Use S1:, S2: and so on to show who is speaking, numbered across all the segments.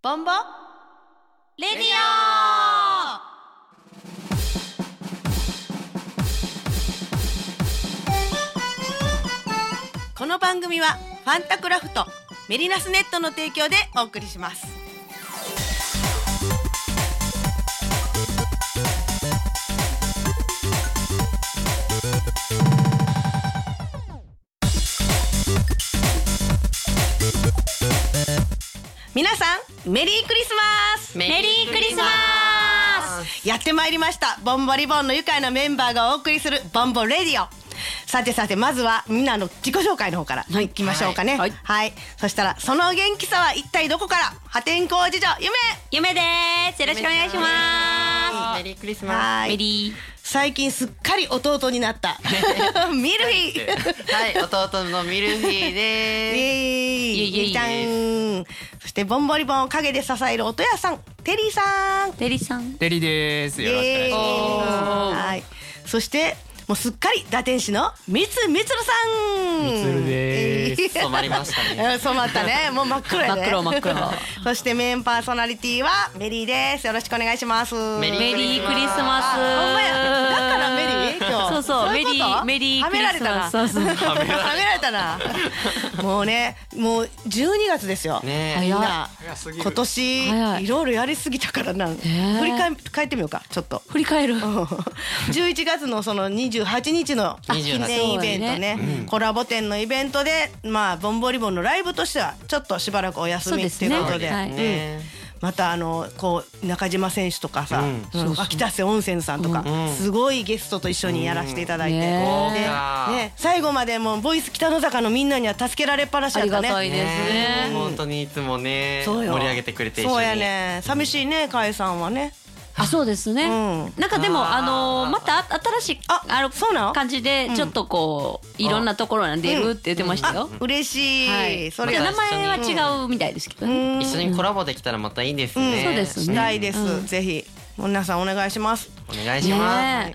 S1: ボンボレディオこの番組はファンタクラフトメリナスネットの提供でお送りします皆さんメリークリスマス
S2: メリークリスマ
S1: スやってまいりましたボンボリボンの愉快なメンバーがお送りするボンボレディオさてさてまずはみんなの自己紹介の方からいきましょうかね
S2: は
S1: はいい、そしたらその元気さは一体どこから破天荒事情夢
S2: 夢です。よろしくお願いしま
S3: メリークリスマ
S1: は
S2: す。
S1: い
S2: メリー。
S1: 最近すっかり弟にな ったミルフィー
S3: ス。はい、弟のミルフィー
S1: イ
S3: で
S1: エーイ
S2: イエイ
S1: みーちゃんそしてボンボリボンを陰で支える音屋さんテリーさん
S2: テリさん。
S4: デリです。よろしくお願いし
S1: イエーイ
S4: ま
S2: おー
S1: はいそしてもうすっかり打天使の三つみつるさん
S4: みつるでーす
S1: えー
S3: す。染まりましたね。
S1: うんそうなったね。もう真っ黒やね。
S2: 真っ黒真っ
S1: 黒。そしてメインパーソナリティはメリーです。よろしくお願いします。
S3: メ
S2: メリークリスマ
S1: あ
S2: ス。
S1: ほんまやだからメリー今日
S2: そうそう、
S1: そう
S2: メ
S1: いうこと
S2: リー、メリー
S1: は
S2: ク
S1: め
S2: リ
S1: られ
S2: ス
S1: た
S2: マ
S1: な
S2: ス。そうそう。
S1: はめられたな。もうね、もう12月ですよ。
S3: ね
S1: みん
S2: 早い
S1: な今
S2: 早
S1: 年
S2: い
S1: いろいろやりすぎたからな。振
S2: ー
S1: り返返ってみようか、ちょっと。
S2: 振り返る。
S1: 11月のその28日の
S3: あ
S1: 記念イベントねコラボ展のイベントでまあボンボリボンのライブとしてはちょっとしばらくお休みっていうこ
S2: そ
S1: と
S2: う
S1: で
S2: ですねはい
S3: え。ね
S1: またあのこう中島選手とかさ、
S3: うん
S1: うん秋田瀬温泉さんとか、
S3: うん
S1: すごいゲストと一緒にやらせていただいて、
S2: うん
S1: で
S2: ね
S3: え
S1: ね、最後までもうボイス北の坂のみんなには助けられっぱなしだった
S2: ありがたい
S1: ね。
S2: ですね
S3: ね本当にいつもね、
S1: そうよ
S3: 盛り上げてくれて一緒に。
S1: そうやね寂しいねかえさんはね
S2: あ、そうですね。
S1: う
S2: なんかでも、
S3: あー
S2: あのー、また新しい、
S1: あそうなの
S2: 感じで
S1: ん、
S2: ちょっとこう、いろんなところに出るって言ってましたよ。
S1: 嬉しい、
S2: はい。
S1: そ
S2: そ
S1: れ
S2: れ
S3: ま
S2: 名
S3: た
S2: 前は違うみたいですけどね。
S1: うん
S3: 一緒にコラボできたらまたいいです
S1: うん
S3: ね。
S2: そうです
S1: し
S2: ね
S1: たいです、
S2: うん
S1: ぜひ皆さんお願いします
S3: お願いしま
S2: ね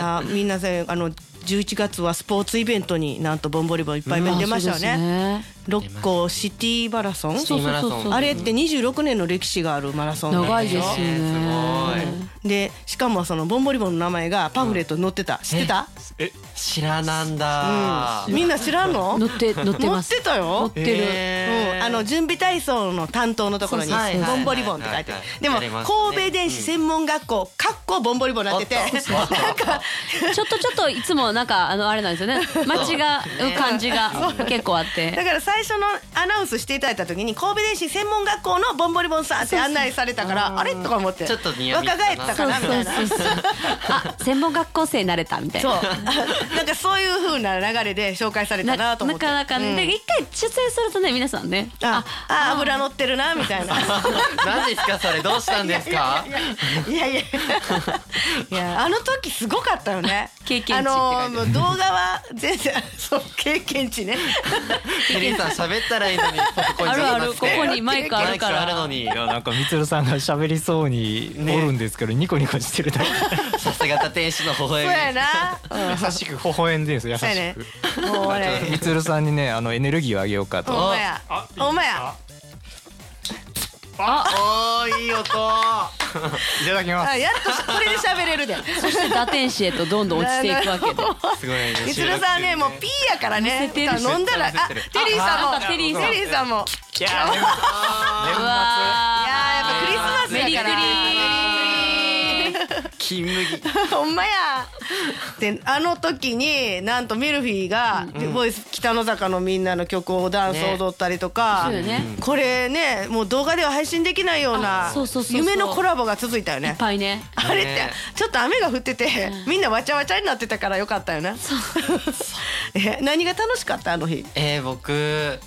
S1: あみんなであの11月はスポーツイベントになんとボンボリボンいっぱい出ましたよ
S2: あそう
S1: ね
S2: です
S1: 六甲シティマラソン
S3: す。シティマラ
S2: そうそう
S3: ソ
S2: そう
S3: ン。
S1: あれって26年の歴史があるマラソンなん
S2: 長い
S1: でし
S2: で
S1: ょ
S2: すよ
S3: ねすご
S2: ね。
S1: でしかもそのボンボリボンの名前がパンフレットに載ってた、知ってた、
S4: す。え、
S3: 知らなんだ。
S1: みんな知らんの
S2: 乗って、乗って
S1: 載
S2: ま
S1: っ
S2: す
S1: て。たよ
S2: 乗ってる
S1: うん、あの準備体操の担当のところに
S2: そうそうそう
S1: ボンボリボンって書いて
S3: はいはいはい
S1: でも
S3: やりますね
S1: 神戸電子専門学校かっこボンボリボンになってて
S3: おっと
S1: なんか
S2: ちょっとちょっといつもなんかあのあれなんですよね間違う感じが結構あって
S1: だから最初のアナウンスしていただいた時に神戸電子専門学校のボンボリボンさんって案内されたからあれとか思って
S3: ちょっとニヤリ
S1: 若返っ
S3: な
S1: たかなみたいな。
S2: そうそうそうあ専門学校生になれたみたい
S1: そう
S2: な
S1: なんかそういう風な流れで紹介された
S2: な
S1: なと思
S2: な
S1: って
S2: かなかね、
S1: うん
S2: で一回出演するとね皆さんね
S1: ああ油乗ってるなみたいな
S3: 何ですかそれどうしたんですか。
S1: いやいやいやあの時すごかったよね
S2: 経験値って書いてある
S1: あのもう動画は全然そう経験値ね
S3: テリーさん喋ったらいいのにここに
S2: あるある
S3: 座って
S2: ここにマイクあるから
S3: マイクあるのに
S4: い。やなんかみつるさんが喋りそうにおるんですけど、ニコニコしてるだけ。
S3: さすが天使の微
S1: そう
S3: 笑み。
S1: やな、うん、
S4: 優しく微笑んでるんですよ。優
S1: そうや
S4: し
S1: ね
S4: く。
S1: もうね
S4: みつるさんにねあのエネルギーをあげようかと。
S1: ほんまやほんまや
S3: おーいい音
S4: いただきま
S1: あやっとしこれで喋れるで。
S2: そして打天使へとどんどん落ちていくわけで。
S3: すごいね
S1: みつるさんねもうピーやからね
S2: むせ。てる
S1: 飲んだらあテリーさん
S2: あ
S1: も
S2: あ
S1: テ
S2: テ
S1: リ
S2: リーさん
S1: ーさんも。
S4: す。いやー
S2: う
S4: 年
S1: いや
S2: わ
S1: ーやっぱクリスマ
S2: ー
S1: ス
S2: メリ
S1: や
S2: ー
S1: か
S2: ク
S1: ら。
S2: リー
S3: 金麦
S1: リー。ほんまや。であの時になんとミルフィーが「ボイス北の坂のみんな」の曲をダンス踊ったりとか、
S2: ねそうよね
S1: これねもう動画では配信できないような
S2: あそうそうそうそう
S1: 夢のコラボが続いたよ
S2: い
S1: ね
S2: っ。ぱいね
S1: あれって
S3: ね
S1: ちょっと雨が降っててみんなわちゃわちゃになってたからよかったよね。 え何が楽しかったあの日。
S3: えー、僕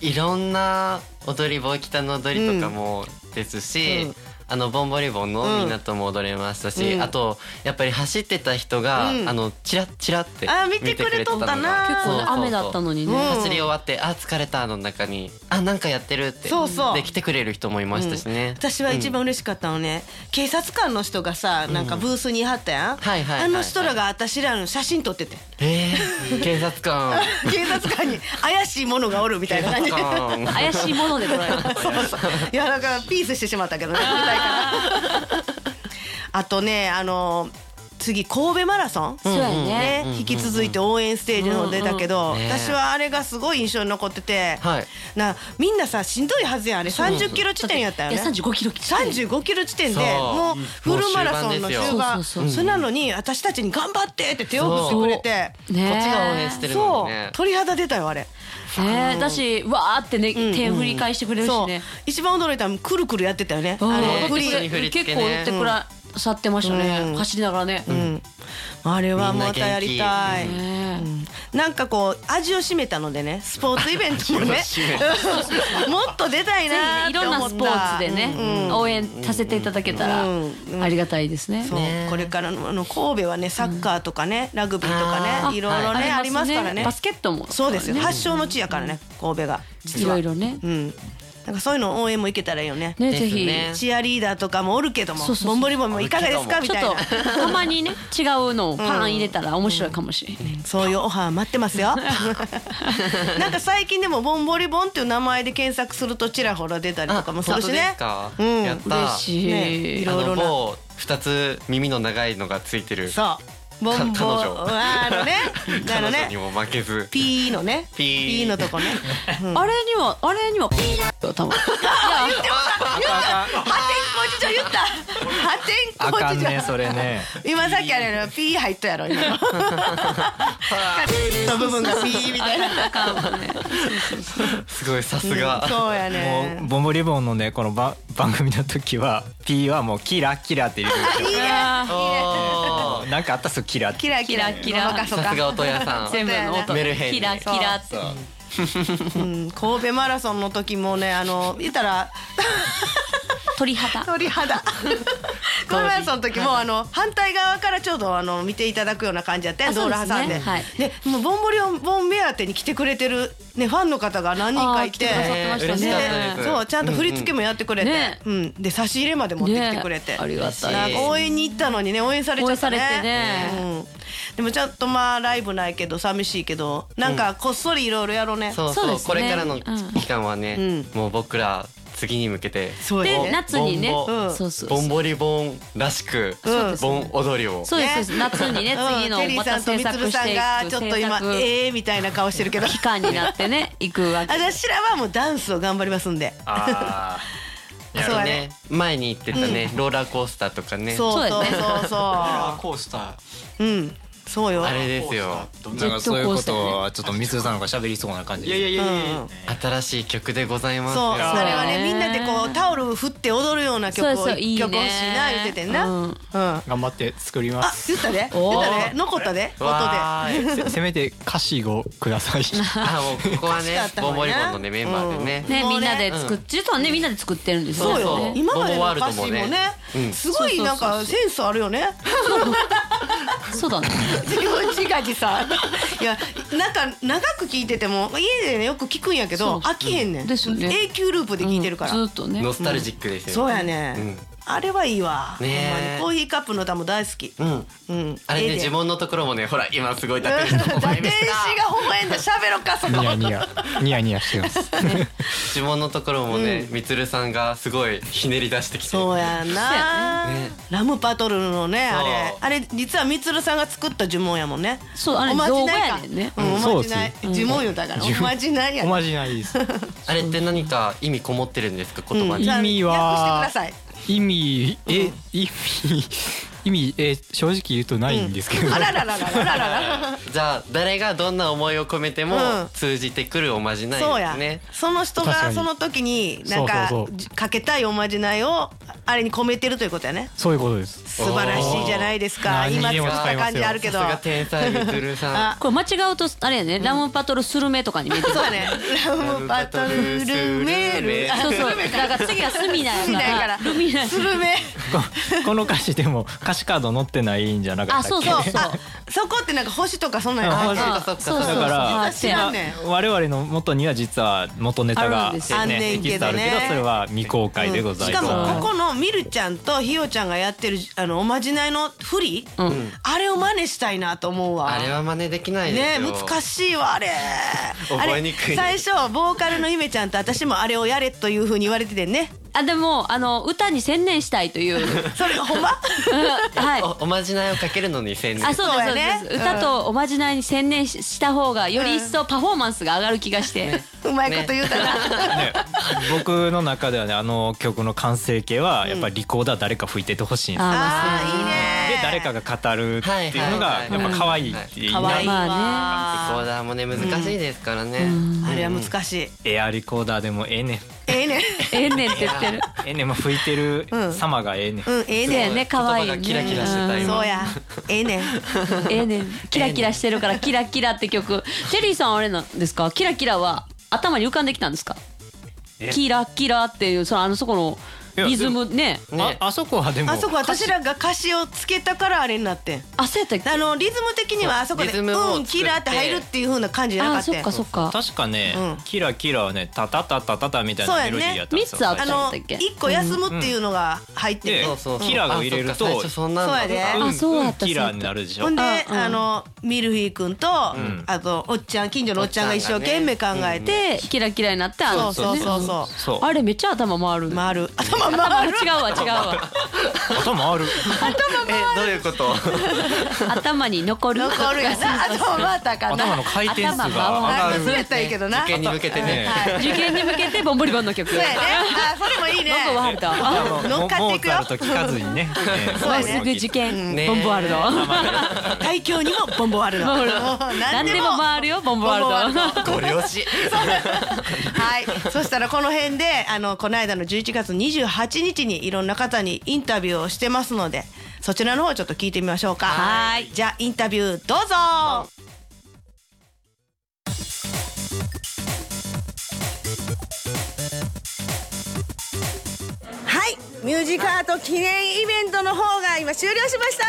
S3: いろんな踊り棒北の踊りとかもですし、
S1: うん
S3: あのボンボリボンのみんなとも踊れましたし、
S1: うん
S3: あとやっぱり走ってた人が、
S1: うん
S3: あのチラッチラって
S1: あー見てくれとったな
S3: 見て
S2: 結
S3: くれて
S2: 構
S3: たのが
S2: 雨だったのに
S1: うん
S2: ね
S3: 走り終わって「あ疲れた」の中に「あなんかやってる」って
S1: そうそう
S3: で来てくれる人もいましたしね、
S1: 私は一番嬉しかったのね、警察官の人がさなんかブースにいはったやん、
S3: はいはいはいはい
S1: あの人らが私らの写真撮ってて、
S3: えー、警 察官
S1: 警察官に怪しいものがおるみたい な感じ
S3: 官
S2: 怪しいものでございます。
S1: いやだからピースしてしまったけどね舞台から あとねあの次神戸マラソン
S2: そうやね。
S1: ね、引き続いて応援ステージの方出たけど、
S3: うんうんね
S1: 私はあれがすごい印象に残ってて、
S3: はい
S1: なみんなさしんどいはずやんあれ30キロ地点やったよ
S2: い
S1: ね
S2: や、。35キロ。
S1: 35キロ地点で
S3: そう
S1: もうフルマラソンの終
S2: も
S1: 盤
S2: う
S1: そ
S2: 終盤ですよ
S1: れなのに私たちに頑張ってって手を振ってくれて
S2: ね
S3: こっちが応援してるの
S1: そ
S3: にね
S1: う鳥肌出たよあれ
S2: ねえだし、わーってね、手振り返してくれるし
S1: そう
S2: ね。
S1: 一番驚いたのはくるくるやってたよね
S2: うん
S1: あ
S3: ね
S1: の
S3: 振
S1: フ
S3: り
S1: リ
S3: 一緒に
S1: ー
S3: 振り付け
S2: 結
S3: ね
S2: 構言ってくらさってました
S1: う
S2: ね
S1: ん。
S2: 走りながらね。
S1: うんあれはまたやりたい
S2: ねえ
S1: なんかこう味を占めたのでねスポーツイベントもねうん もっと出たい
S2: ぜひ
S1: な
S2: ね
S1: っ
S2: い
S1: て思
S2: ろん
S1: った
S2: なスポーツでね、応援させていただけたら
S1: うんうん
S2: ありがたいですね。
S1: そうこれからのあの神戸はねサッカーとかね、ラグビーとか
S2: あ
S1: ねいろいろねありますからね
S2: バスケットも
S1: そうですよ発祥の地やからね神戸が
S2: いろいろね。
S1: うんなんかそういうの応援もいけたらいいよね
S2: ね
S3: です
S2: ぜひ
S3: ね
S1: チアリーダーとかもおるけども
S2: そうそうそう
S1: ボンボリボンもいかがですかみ
S2: ちょ
S1: た
S2: っ
S1: いな
S2: とたまにね違うのをパン入れたら面白いかもしれない。
S1: そういうオファー待ってますよなんか最近でもボンボリボンっていう名前で検索するとちらほら出たりとかもするしね
S3: あ本当ですか
S1: うん
S3: やった
S2: 嬉しい。
S1: ねいろいろな
S3: あの某二つ耳の長いのがついてる
S1: そうボンボ
S3: か彼女
S1: あのねあの
S3: 彼女に
S1: ね
S3: も負けず
S1: ピーのね
S3: ピー
S1: のとこね
S2: あれにはあれにはたま。いや
S1: 破天荒事情言った破
S4: あ
S1: 天
S4: か
S1: 荒
S4: ん
S1: 事
S4: ね
S1: 情
S4: それね
S1: 今さっきあれのピー入ったやろ今 のの部分がピーみたいな
S3: すごいさすが、
S1: そうや
S4: もう
S1: ね
S4: ボンボリボンのねこのば番組の時は P はもうキラキラって言うんです
S1: いいね
S3: おー
S4: よなんかあったっすよキラって
S1: キラキラ
S2: キラキラ
S1: ごまかそう
S3: さ
S1: か
S3: すが音屋さん
S2: 全部の音
S3: メルヘン
S2: キラキラって
S3: そう
S1: うん神戸マラソンの時もねあの言ったら
S2: 鳥肌。
S1: 鳥 肌ごめんなさいその時もうあの反対側からちょうどあの見ていただくような感じやったん
S2: あ
S1: 道路挟
S2: そ
S1: ん
S2: う
S1: で
S2: ですねはい
S1: でもうボンボリオンボン目当てに来てくれてるねファンの方が何人かいて
S2: あー来てくださってましたね
S1: で
S3: 嬉しかったです
S1: そうちゃんと振り付けもやってくれて
S2: ね
S1: うんで差し入れまで持ってきてくれて
S2: ねありがたい
S1: なんか応援に行ったのにね応援されちゃったね
S2: 応援されてね
S1: うんでもちょっとまあライブないけど寂しいけどなんかこっそりいろいろやろうね
S3: そう
S2: そう
S3: そ
S2: で
S3: う
S2: すね
S3: これからの
S2: うん
S3: 期間はね、もう僕ら次に向けて
S1: そうや
S2: で
S1: ね
S2: 夏にね、
S3: ボンボ
S1: うん
S2: そうそうそ
S3: ボ
S2: う
S3: ンボリボンらしく、
S1: そうです
S3: ボン踊りを
S2: そうですそうです夏にね
S1: うん
S2: 次の
S1: テリ
S2: ま
S1: ーさ
S2: た
S1: んと
S2: 制
S1: みつ
S2: 作
S1: る
S2: し
S1: さ
S2: て
S1: ん
S2: い
S1: が
S2: く
S1: ちょっと
S2: 制
S1: 今
S2: 作
S1: ええみたいな顔してるけど
S2: 期間になってね行くわけ
S1: 私らはもうダンスを頑張りますんで。
S3: ああ
S1: そう
S3: と
S1: だね
S3: ね前に言ってたね、ローラーコースターとかね
S1: そうそう
S2: そうですね
S1: そうそ
S5: コースタ
S1: う。うん、そうよ。
S3: あれ
S5: ー
S3: ですよ
S5: どんな
S4: なんかそういうことはちょっとみつるさんの方が喋りそうな感じ
S5: いやいやいや
S1: うん
S5: いやいや
S3: 新しい曲でございます
S1: そう、
S3: よ
S1: それはね、みんなでこうタオル振って踊るような曲を
S2: そうそういいね
S1: 曲欲しいな言っててんな。う
S2: うんん。
S1: あ、
S4: 頑張って作ります
S1: 言ったで、言
S2: おー
S1: ったで、残ったで、音
S3: わーい
S4: せせめて歌詞をください
S3: あもうここはね
S1: 欲しかったも
S3: ボ
S1: んね
S3: ンボリボンのねメンバーでね、
S2: ね
S1: もうね
S2: みんなで作っ実はねみんなで作ってるんです
S1: で。そう
S2: よね
S3: そうそ
S1: よ
S3: う。
S1: 今までの歌詞も
S3: ボンボワー
S1: ね
S3: ルドもねうん、
S1: すごいなんかセンスあるよね。
S2: そうだね
S1: 自分自画自賛。 いや、なんか長く聞いてても家でねよく聞くんやけど
S2: そう
S1: 飽きへんねん。
S2: ですよね
S1: 永久ループで聞いてるから。
S2: うんずっとね
S3: ノスタルジックです
S1: そ
S3: よ、
S1: うやね、あれはいいわ、
S3: ねえ
S1: ほんまにコーヒーカップの歌も大好き、
S3: うん
S1: うん、
S3: あれ
S1: ええ
S3: ね
S1: で
S3: 呪文のところもねほら今すごい立てる
S1: うん打天使がほほえんだ喋ろっかそこ
S4: ニヤニヤニヤニヤしてます
S3: 呪文のところもね、みつるさんがすごいひねり出してきて
S1: そうやな
S3: ね
S1: ラムパトルのね
S3: そう
S1: あれあれ実はみつるさんが作った呪文やもんね
S2: そうあれ
S1: おまじないか
S2: 造語やねんね
S1: うん、お
S4: うん
S1: まじない
S4: そ
S1: 呪文よだからおまじないや
S4: お
S1: ね
S4: まじないです
S3: あれって何か意味こもってるんですか言葉
S1: じ
S3: に、
S1: ゃあ
S4: 意味は
S1: 訳してください
S4: 意味え、意味意味え正直言うとないんですけど、
S1: あらららららららら
S3: じゃあ誰がどんな思いを込めても
S1: うん
S3: 通じてくるおまじない
S1: そう
S3: です
S1: や
S3: ね、
S1: その人
S4: 確か
S1: が
S4: に
S1: その時になんか
S4: そうそうそう
S1: じかけたいおまじないをあれに込めてるということやね
S4: そういうことです
S1: 素晴らしいじゃないですか
S4: おー
S1: 今
S4: 何
S1: 作
S4: に
S1: っ
S4: でも使
S1: た
S4: えますよ
S1: 感じあるけど
S3: さすが天才みつるさん
S1: あ
S2: これ間違うとあれやねラムパトルスルメとか に見えてく
S1: そうだ
S2: る
S1: ねラムパトルルメールあ
S2: そうそうだから次はスミナや
S1: スミナや
S2: か
S1: から
S2: らルミナ
S1: スルメ
S4: ここの歌詞でも歌シュカード乗ってないんじゃなか
S2: あ
S4: った
S2: そ
S4: っ
S2: う
S4: け
S2: そう
S1: そう
S2: そう
S1: あそこってなんか星とかそんなんや
S4: あ
S1: な
S4: 星
S1: あ
S2: あ
S3: そっか
S2: そうそう
S4: だから
S2: あ
S1: 知らんねん
S4: 我々の元には実は元ネタ
S2: あ
S4: が
S2: るん
S4: ね
S2: ですよ
S1: あんねん
S4: エキ
S1: け
S4: ス
S1: ど
S4: ト
S1: ね
S4: あるけどそれは未公開でございます、
S1: しかもここのみるちゃんとひよちゃんがやってるあのおまじないの振り、
S2: うん
S1: あれを真似したいなと思うわ
S3: あれは真似できないです
S1: ね
S3: よ。
S1: 難しいわあれ
S3: 覚えにくい
S1: あれ最初ボーカルのゆめちゃんと私もあれをやれというふうに言われててね
S2: あでもあの歌に専念したいという
S1: それがほんま
S2: はい
S3: おおまじないをかけるのに専念
S2: あそうで
S1: そ
S2: すそうう
S1: やね
S2: です、歌とおまじないに専念しした方がより一層パフォーマンスが上がる気がして、
S1: うまいこと言うたな、
S4: ね、僕の中ではねあの曲の完成形はやっぱりリコーダー誰か吹いててほしいんですよ、
S1: あ
S2: あ
S1: ーいいね
S4: で誰かが語るっていうのが
S3: はいはいはい
S4: やっぱ可愛いっていう、
S1: かわいいわ、
S2: ま
S3: リコーダーもね難しいですからね。
S1: あれは難しい、
S4: エアリコーダーでもええねん
S1: ええねん
S2: ーええねんって言ってる
S4: ええねんもう吹いてる
S1: ん
S4: 様がええねん、
S1: うんええ
S2: そう
S1: ね
S2: や
S1: ん
S2: ね可愛いね
S3: 言葉がキラキラしてた今。
S1: そうやええねん
S2: ええねんキラキラしてるから「キラキラ」って曲テリーさんあれなんですか「キラキラ」は頭に浮かんできたんですか「キラキラ」っていうそのあのそこの
S4: いや
S2: リズムね
S3: ね
S4: ああそこはでも
S1: あそこ私らが歌詞をつけたからあれになってん
S2: あそうやったっけ
S1: あのリズム的にはあそこで「
S3: リズムを作って
S1: うんキラ」って入るっていう風な感じじゃなか
S2: あ
S1: った
S2: そっ
S1: やん
S2: かそっか
S4: 確かね、
S1: うん
S4: キラキラはねタタタタタタみたいなメロディーやったんですよ
S2: そうやね
S1: あ
S2: 三つ
S1: の一個休むっていうのが入ってて、
S4: うん
S3: そうそうそう
S4: キラーを入れると
S3: あそっか最初そんなんだ
S1: そうやで
S4: うん
S2: あそうやった
S4: うんキラーになるでしょ
S1: ほんで
S2: あ
S1: あ
S2: うん
S1: のミルフィーユ君と、
S4: ん
S1: あとおっちゃん近所のおっちゃんが一生懸命考えて、
S2: でキラキラになってあ
S1: そ
S2: の
S1: うそうそうそう
S4: そう
S2: あれめっちゃ頭回る
S1: 回る頭
S2: 頭
S1: 回る
S2: 違うわ違うわ
S4: 頭ある
S3: えどういうこと？
S2: 頭に残る
S1: 残るやな頭回ったらあかんな
S4: 頭の回転数
S2: 頭
S4: が
S2: 回
S1: な
S4: 上
S1: ん
S4: が
S1: か
S4: る
S1: 滑ったらいいけどな
S3: 受 験に向けてね。
S1: はい
S2: 受験に向けてボンボリボンの曲
S1: そうやねあそれもいいね
S2: ボンボワールド
S4: あ
S2: あ
S4: の
S1: 乗っかっていくよ
S4: モーツァルト聞かずにね
S1: そうやね
S2: もうすぐ受験
S3: ね
S2: ボンボワールド
S1: 大胸にもボンボワールド
S2: ボンボワールド
S1: 何
S2: 何でも回るよボンボワールド
S3: ご了承。
S1: はい、そしたらこの辺であのこの間の11月28日にいろんな方にインタビューをしてますのでそちらの方ちょっと聞いてみましょうか
S2: はい
S1: じゃあインタビューどうぞはいミュージカート記念イベントの方が今終了しました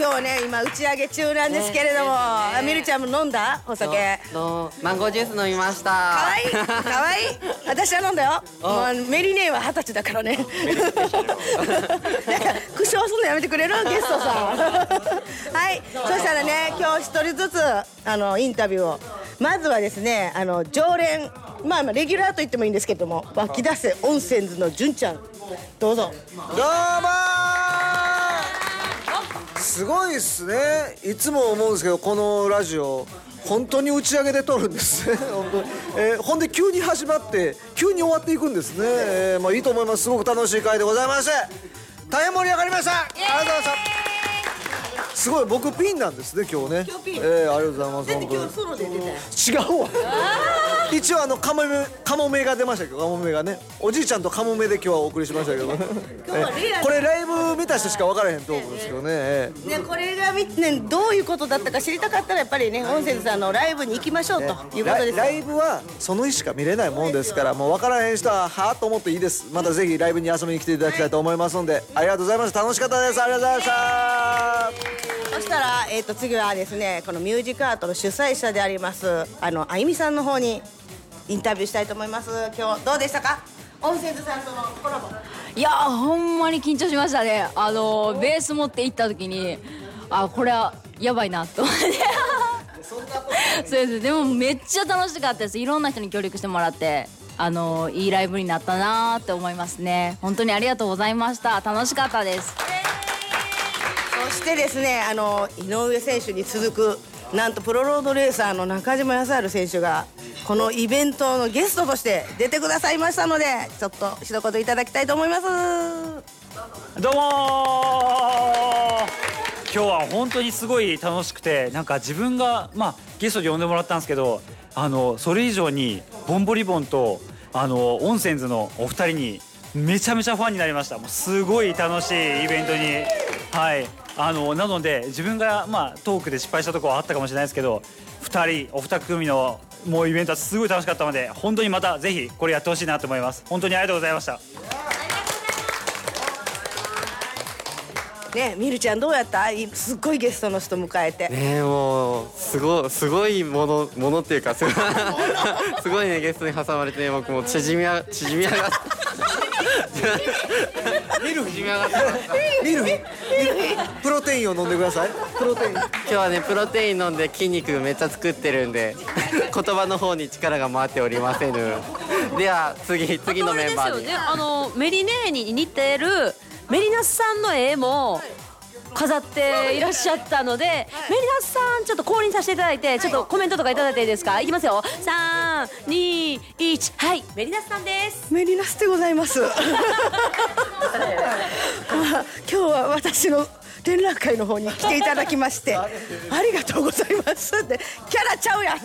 S1: 今日ね今打ち上げ中なんですけれども、あみるちゃんも飲んだお酒
S5: のマンゴージュース飲みました。
S1: かわいいか わいい私は飲んだよもうメリネーは二十歳だか らねなんか 苦笑するのやめてくれるゲストさんはいそしたらね今日一人ずつあのインタビューをまずはですねあの常連まあまあレギュラーと言ってもいいんですけども湧き出せ温泉図の純ちゃんどうぞ
S6: どうもーすごいっすねいつも思うんですけどこのラジオ本当に打ち上げで撮るんですね 本当に、えーほんで急に始まって急に終わっていくんですね、えーまあ、いいと思いますすごく楽しい回でございまして大変盛り上がりましたありがとうございましたすごい僕ピンなんですね今日ね今日ピン、えーありがとうございますだって今日ソロで出た違うわ 一応あのカモメカモメが出ましたけどカモメがねおじいちゃんとカモメで今日はお送りしましたけど えこれライブ見た人しか分からへんと思うんですけどねえ
S7: ね、
S6: え
S7: これがみ、ね、どういうことだったか知りたかったらやっぱりね温泉さんのライブに行きましょうということ
S6: ラ
S7: で
S6: イ
S7: す
S6: ライブはその日しか見れないもんですからもう分からへん人ははあと思っていいですまたぜひライブに遊びに来ていただきたいと思いますのでありがとうございました楽しかったですありがとうございました
S7: そしたら、えー、と次はですねこのミュージカートの主催者でありますあのあゆみさんの方にインタビューしたいと思います今日どうでしたか温泉さんとのコラボ
S8: いやーほんまに緊張しましたねあのーベース持って行った時にあこれはやばいなと思ってそうですでもめっちゃ楽しかったですいろんな人に協力してもらってあのーいいライブになったなーって思いますね本当にありがとうございました楽しかったです
S7: そしてですねあの井上選手に続くなんとプロロードレーサーの中島康晴選手がこのイベントのゲストとして出てくださいましたのでちょっと一言いただきたいと思います
S9: どうもー今日は本当にすごい楽しくてなんか自分が、まあ、ゲストで呼んでもらったんですけどあのそれ以上にボンボリボンとあのオンセンズのお二人にめちゃめちゃファンになりましたもうすごい楽しいイベントにはいあのなので自分が、まあ、トークで失敗したところはあったかもしれないですけど二人お二組のもうイベントはすごい楽しかったので本当にまたぜひこれやってほしいなと思います本当にありがとうございました
S1: ねみるちゃんどうやったいすっごいゲストの人迎えて
S3: ねえもうすごいすごいものものっていうかすごいすごいねゲストに挟まれてね僕もう縮みあ縮み上がっ縮み上がってます
S6: ミルフィプロテインを飲んでくださいプロテイン
S3: 今日はねプロテイン飲んで筋肉めっちゃ作ってるんで言葉の方に力が回っておりませんでは次次のメンバ
S2: あとあ
S3: ー
S2: れ
S3: に
S2: ですよねあのメリネーニに似てるメリナスさんの絵も飾っていらっしゃったので、メリナスさんちょっと降臨させていただいて、ちょっとコメントとかいただいていいですかいきますよ321はいメリナスさんです
S1: メリナスでございます あ今日は私の展覧会の方に来ていただきましてありがとうございますってキャラちゃうやんあ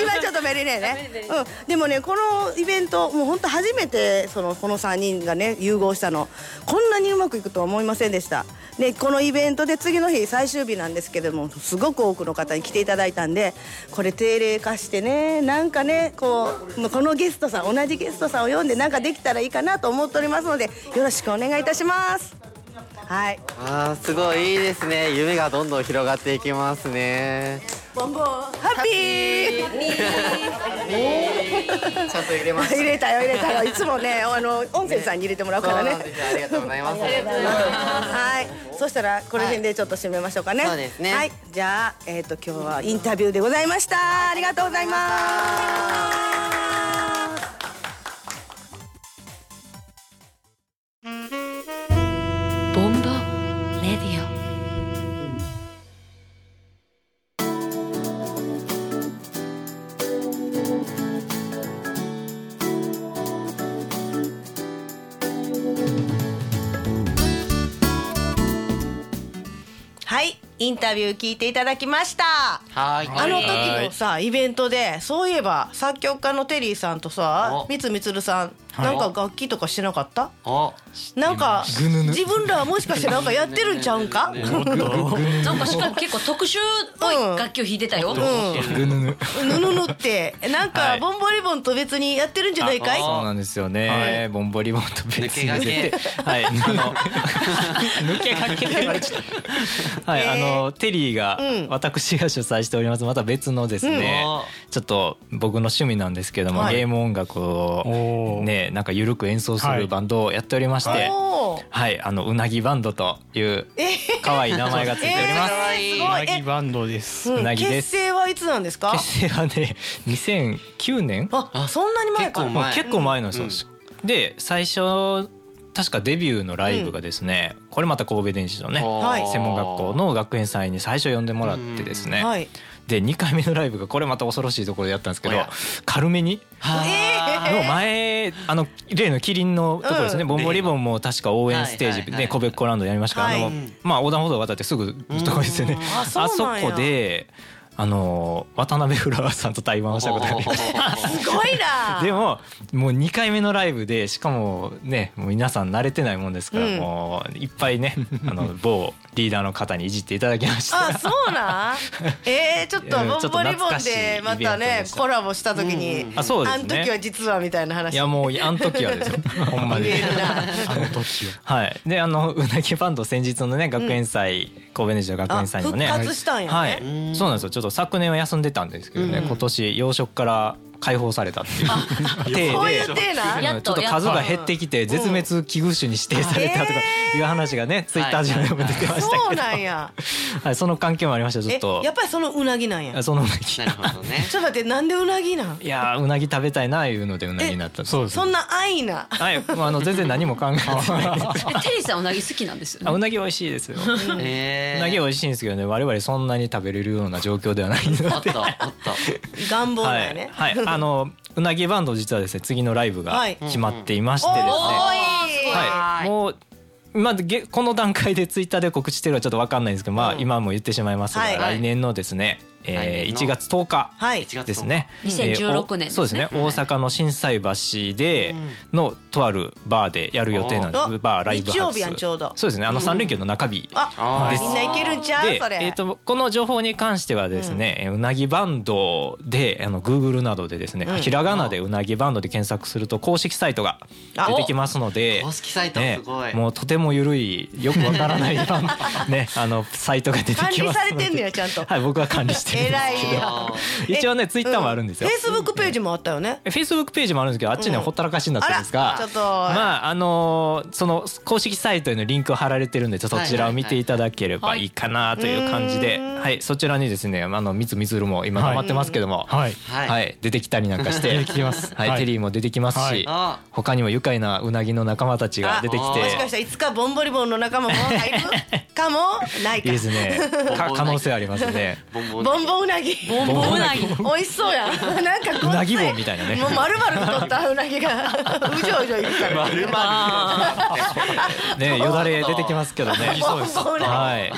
S1: 今ちょっとメリネね、うん、でもねこのイベントもう本当初めてそのこの3人がね融合したのこんなにうまくいくとは思いませんでしたでこのイベントで次の日最終日なんですけれどもすごく多くの方に来ていただいたんでこれ定例化してねなんかねこうもうこのゲストさん同じゲストさんを読んでなんかできたらいいかなと思っておりますのでよろしくお願いいたしますはい
S3: あーすごいいいですね夢がどんどん広がっていきますね
S1: ハッピー
S3: ちゃんと入れます
S1: 入れたよ入れたよいつもねあの音声さんに入れてもらう
S3: そう
S1: からね
S3: なんですよありがとうございます
S1: はいそしたらこの辺でちょっと締めましょうかね、
S3: そうですね
S1: はいじゃあえっ、と今日はインタビューでございましたありがとうございます
S2: ボンボレディオ
S1: はいインタビュー聞いていただきました
S3: はーい
S1: あの時のさイベントでそういえば作曲家のテリーさんとさ
S3: お
S1: 三つみつるさんなんか楽器とかしてなかった
S3: お
S1: なんか
S4: ぐぬぬ
S1: 自分らはもしかしてなんかやってるんちゃうんか
S2: なんかしかも結構特殊っぽい楽器を弾いてたよ、
S4: ぐぬぬ
S1: ぬぬぬってなん
S4: は
S1: か
S4: い
S1: ボンボリボンと別にやってるんじゃないかい
S4: そうなんですよね、ボンボリボンと別に出て
S3: 抜
S4: はいあの 抜けがけで言われちゃったはい、あのテリーが、私が主催しておりますまた別のですね、ちょっと僕の趣味なんですけども、
S1: はい
S4: ゲーム音楽を
S10: おー
S4: ねなんか緩く演奏す
S10: は
S4: る
S10: い
S4: バンドをやっておりまして、はい
S1: おー
S4: あのうなぎバンドという可愛い名前がついております、
S1: えーす
S10: う
S1: ご
S10: ないぎバンドです。
S1: え、
S4: う
S1: う、
S4: なんぎで
S1: 結
S4: す
S1: 成はいつなんですか
S4: 結成はね2009年
S1: あそんなに前か
S3: 結構前
S4: 結構前の人です、で最初確かデビューのライブがですね、これまた神戸電子のね
S1: はい
S4: 専門学校の学園祭に最初呼んでもらってですね、
S1: はい
S4: で2回目のライブがこれまた恐ろしいところでやったんですけど
S3: おや
S4: 軽めに
S1: え
S4: の前あの例のキリンのところですね、ボンボリボンも確か応援ステー
S3: は
S4: ジ
S3: いはいは
S4: で
S3: い
S4: コベッコランドやりましたから、
S1: は
S4: あのまあ横断歩道渡ってすぐのところですよね、
S1: あそう
S4: あそ
S1: なんや
S4: こであの渡辺フラワーさんと対バンをしたことがありました
S1: ー、すごいな
S4: でももう2回目のライブでしかもねもう皆さん慣れてないもんですから、
S1: うん
S4: もういっぱい ねあの某リーダーの方にいじっていただきまして
S1: あそう なんえー、ちょっ
S4: いやちょっ
S1: と
S4: と
S1: ボンボリボ
S4: 懐か
S1: ン
S4: しいイベ
S1: で
S4: ント
S1: ま
S4: でした
S1: たねコラボした時に、
S4: あそうで
S1: あ
S4: す
S1: の
S4: ね
S1: 時は実はみたいな話
S4: いやもうあの時はですよほん まに
S1: 言えるな
S10: あの時は。
S4: はいであのうなぎバンド先日のね学園祭、神戸ネジの学園祭にもね
S1: あ復活したんやね
S4: はい、そうなんですよちょっと昨年は休んでたんですけどね、今年養殖から解放された っていう体で
S1: こういう手な
S2: やっ
S4: ちょ
S2: と
S4: っと数が減ってきて絶滅危惧種に指定されたとかいう話がね、ツイッター上でも出てましたけど、
S1: そうなんや
S4: はい、その関係もありましたちょ
S1: え
S4: っと
S1: やっぱりそのうなぎなんや
S4: あそのうなぎ
S3: なるほどね
S1: ちょっと待ってなんでうなぎなん
S4: いやーうなぎ食べたいないうのでうなぎになったんです
S10: そうです
S1: そんな愛な
S4: はいもうあの全然何も考えてない です
S2: えテリーさんうなぎ好きなんですよね
S4: あうなぎ美味しいですよう
S3: えー
S4: なぎ美味しいんですけどね我々そんなに食べれるような状況ではないので
S3: おっとおっと
S1: 願望
S4: は
S1: だよ
S4: い
S1: ね、
S4: はい、あのうなぎバンド実はですね次のライブが
S1: はい
S4: 決まっていましてですね、
S1: おーい
S4: はい、もうまあ、げこの段階でツイッターで告知してるのはちょっと分かんないんですけど、まあ、今も言ってしまいますが、
S1: はい
S4: 来年のですねえー、1月10日ですね、
S2: はい1月10日2016年ですね
S4: えーおそうですね大阪の心斎橋でのとあるバーでやる予定なんで
S1: おー
S4: すバーライブハウス
S1: 日曜日やんちょうど
S4: そうですねあの3連休の中日
S1: あ
S4: です
S1: みんな行けるんちゃう
S4: で
S1: それ
S4: えー、とこの情報に関してはですね、うなぎバンドであの Google などでですね、
S1: うん
S4: ひらがなでうなぎバンドで検索すると公式サイトが出てきますので
S3: 公式サイト
S4: ね
S3: すごい
S4: もうとても緩いよくわからないバ ンドねあのサイトが出てき
S1: 管
S4: ますの
S1: 理
S4: で
S1: されてんのやちゃんと
S4: はい僕は管理してるん
S1: 偉
S4: で
S1: い
S4: すけど
S1: よ
S4: 一応ねツイッターもあるんです
S1: フ
S4: よ
S1: ェイスブックページもあったよね
S4: フェイスブックページもあるんですけどあっちね、
S1: うん
S4: ほったらかしになってるんで
S1: あ
S4: すが
S1: らちょっと
S4: まああのーその公式サイトへのリンクを貼られてるんでちょっとそちらを見ていただければいいかなという感じで、はいそちらにですねあのみつみつるも今
S10: はい
S4: ハマってますけども、
S10: はい
S4: はい出てきたりなんかして
S10: 出てきてます
S4: はい
S10: はい
S4: テリーも出てきますし、
S10: はい
S3: あ
S4: 他にも愉快なうなぎの仲間たちが出てきて
S1: もしかしたらいつかボンボリボンの仲間も入るかも ないか
S4: いいですねか可能性ありますね。
S3: ボンボン
S1: ボンボンうなぎボン
S4: ボンう
S1: なぎ美味しそうやんなんかこ
S4: うなぎ棒みたいなね
S1: もう丸々と取ったうなぎ がうじょうじょいるから
S3: 丸々
S4: ねよだれ出てきますけ どね。
S1: そうですそうです
S4: はい。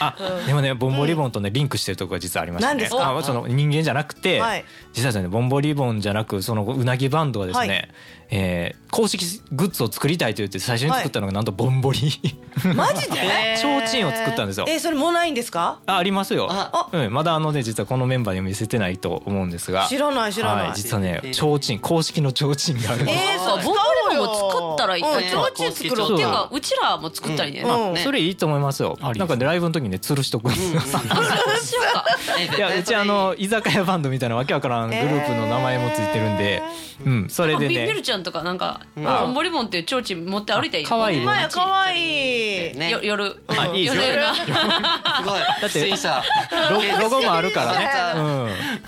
S4: あでもねボンボリボンとねリンクしてるとこが実はありましたね。
S1: 何ですか
S4: あその人間じゃなくて、
S1: はい
S4: 実はですねボンボリボンじゃなくそのうなぎバンドがですね、
S1: はい
S4: えー公式グッズを作りたいと言って最初に作ったのがなんとボンボリ。
S1: マジで
S4: 提灯を作ったんですよ
S1: えそれもうないんですか
S4: あありますよ
S1: あ。
S4: うんまだあのね実はこのメンバーには見せてないと思うんですが。
S1: 知らない知らない
S4: はい実はね提灯公式の提灯があるんです。
S1: えー、そう使
S11: ボンボリ
S1: おう
S11: ボ
S1: よ
S11: ンも作ったらいいね
S1: うんちょうちん作ろう
S4: そう
S11: ていうかうちらも作ったりね。
S4: あ
S11: ね
S4: それいいと思いますよ。なんかねライブの時にね吊るしとくんですよ。 いやうちあの居酒屋バンドみたいなわけわからんグループの名前もついてるんで、うんそれで
S11: ビビ
S4: ね
S11: ルちゃんとかなんか
S4: うん
S11: ボンボリボンっていう提灯持って歩いたり。
S4: 可愛いね
S1: まあ可愛い
S11: よ夜
S4: あいいですよ
S11: 夜な
S3: すごいだって出演者
S4: ロロゴもあるからね。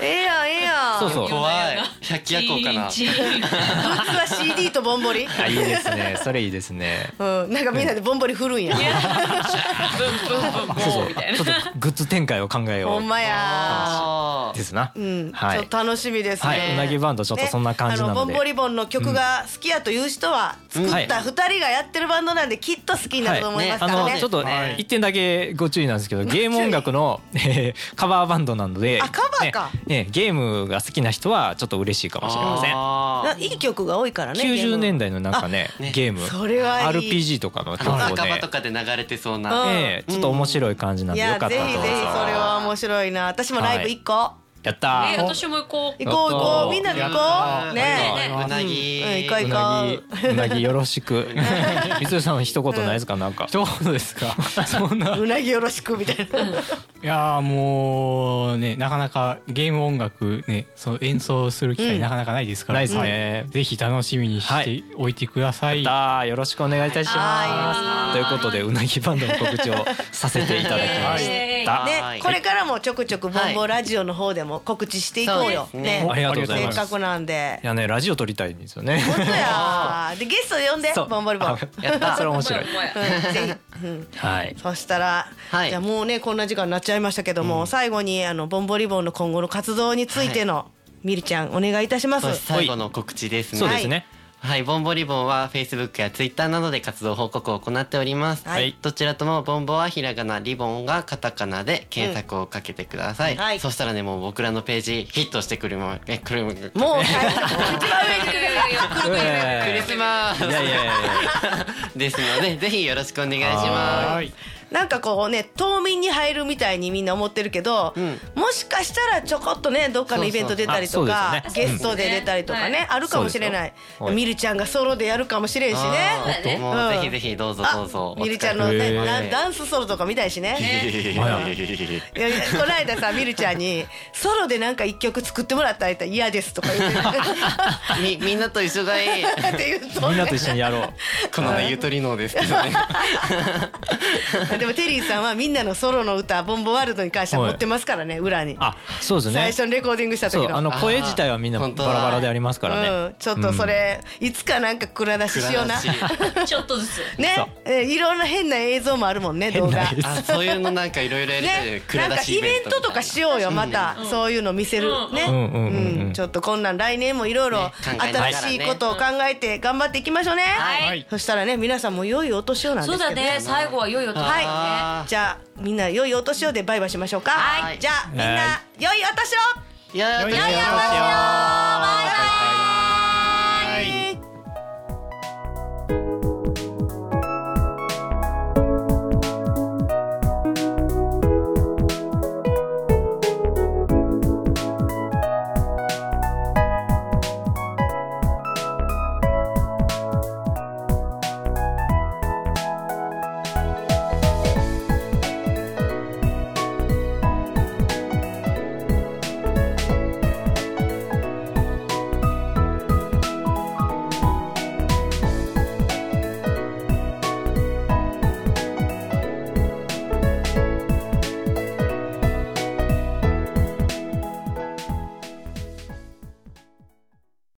S1: ええやんええやん
S4: そうそう
S3: 怖い百鬼夜行 かな
S11: チーンチーン
S1: グッズは CD とボンボリ
S4: うんあいいですねそれいいですね。
S1: うんなんかみんなでボンボリ振るんや
S11: ブンブンブン
S4: そう
S11: ボ
S4: そ
S11: ー
S4: う
S11: みたいな
S4: ちょっとグッズ展開を考えよ
S1: ほんまや
S4: うですな。
S1: うん
S4: は
S1: ちょ
S4: い
S1: っ。と楽しみですね、
S4: はいうなぎバンドちょっとそんな感じなので
S1: ねあボンボリボンの曲が好きやという人は作
S4: うんは
S1: っ
S4: い
S1: た二人がやってるバンドなんできっと好きになると思いますからね,、
S4: あのちょっと
S3: ね
S4: 一点だけご注意なんですけど、ゲーム音楽の、えーカバーバンドなので、
S1: あカバーか
S4: ねねゲームが好きな人はちょっと嬉しいかもしれません。
S1: ないい曲が多いからね
S4: 90年
S1: 代
S4: 代のなんかねゲーム
S1: それはいい
S4: RPG とかの曲
S3: あの
S4: を
S3: 酒場
S4: ね
S3: とかで流れてそう
S1: うん
S3: な
S4: ええちょっと面白い感じなん
S1: い
S4: でよ
S1: や
S4: かった
S1: ぜ
S4: ら
S1: ひぜ
S4: どう
S1: ひ
S4: ぞ
S1: それは面白いな私もライブ一個、
S4: やった
S11: え
S4: ー
S11: 私も行こう
S1: 行こう行こうみんなで行こう
S3: う
S1: ね
S3: な
S1: え、
S3: ぎ
S1: うん、行こう
S4: う
S1: 行
S4: な
S1: こ
S4: ぎ うなぎよろしくみつるさん一言ないですかなんか
S10: どうです かそんな
S1: ううなぎよろしくみたいな
S10: いやーもうねなかなかゲーム音楽ねその演奏する機
S1: うん
S10: 会なかなかないですから、
S4: ないですね
S10: ぜひ楽しみに
S4: は
S10: し
S4: い
S10: ておいてください、
S4: だーよろしくお願いいたしま
S1: は
S4: すということでうなぎバンドの告知をさせていただきまし
S11: え
S4: た
S1: ねこれからもちょくちょくボンボラジオの方でも告知していこうよ、
S3: そうです
S1: ね
S3: ね
S4: ありがとうございます
S1: せっかくなんで
S4: いやねラジオ撮りたいんです よね
S1: 本当やでゲスト呼んで
S4: そう
S1: ボンボリボン、う
S4: あ
S1: ん、
S4: やったそれ面白い
S11: ーお前
S1: ぜひ、うん
S4: はい
S1: そしたら、
S3: はい
S1: じゃあもうねこんな時間になっちゃいましたけども、最後にあのボンボリボンの今後の活動についての、みりちゃんお願いいたしま
S3: そうです
S1: す。
S3: 最後の告知ですね
S4: そうですね
S3: はい、ボンボリボンは Facebook や Twitter などで活動報告を行っております。
S1: はい
S3: どちらともボンボはひらがな、リボンがカタカナで検索をかけてください。
S1: うんはい
S3: そしたらね、もう僕らのページヒットしてくるもん。え、くるもん。ク
S1: もう最後一番上に来る
S3: リスマス
S4: いやいやいや
S3: ですので、ぜひよろしくお願いします。
S10: い
S1: なんかこうね冬眠に入るみたいにみんな思ってるけど、
S3: ん
S1: もしかしたらちょこっとねどっかのイベント出たりとか
S4: そうそうあそうですね
S1: ゲストで出たりとかね、あるかもしれない
S4: そうですよはい
S1: みりちゃんがソロでやるかもしれんし
S3: あ
S1: ね。
S3: ー
S11: ね
S3: もうぜひぜひどうぞどうぞ。
S1: みりちゃんのね、
S4: へー
S1: ダンダンスソロとか見たいしね。いやいやこの間さみるちゃんに「ソロでなんか一曲作ってもらったら言ったら嫌です」とか言って
S3: お疲れ みみんなと一緒がいい。
S1: たって言うと
S4: みんなと一緒にやろう
S3: このねゆとりのですけど ね。
S1: でもテリーさんはみんなのソロの歌「ボンボワールド」に関しては持ってますからね裏に、
S4: あそうですね
S1: 最初にレコーディングした
S4: そ
S1: 時
S4: うあ
S1: の
S4: の声自体はみんなバラバラでありますからね、
S1: うん、ちょっとそれ、いつかなんか蔵出ししような
S3: 蔵出し
S11: ちょっと ずつ
S1: ね
S4: そう
S1: えいろんな変な映像もあるもんね動画。
S3: あそういうのなんかいろいろやりたいね
S1: ね、なんかイベントとかしようよまた、そういうの見せるね、
S4: んうんうんうん
S1: うんちょっとこんなん来年もいろいろ
S3: ね考えながら
S1: 新
S3: ね
S1: しいことを考えて頑張っていきましょうね、
S11: はい
S1: そしたらね皆さんも良いお年をなんで
S11: そ
S1: す
S11: う
S1: けど
S11: だね最後は良いお年
S1: はい、ねじゃあみんな良いお年をでバイバイしましょうかはいじゃあみんな良いお年を
S5: 良いお年を
S1: 良いお年を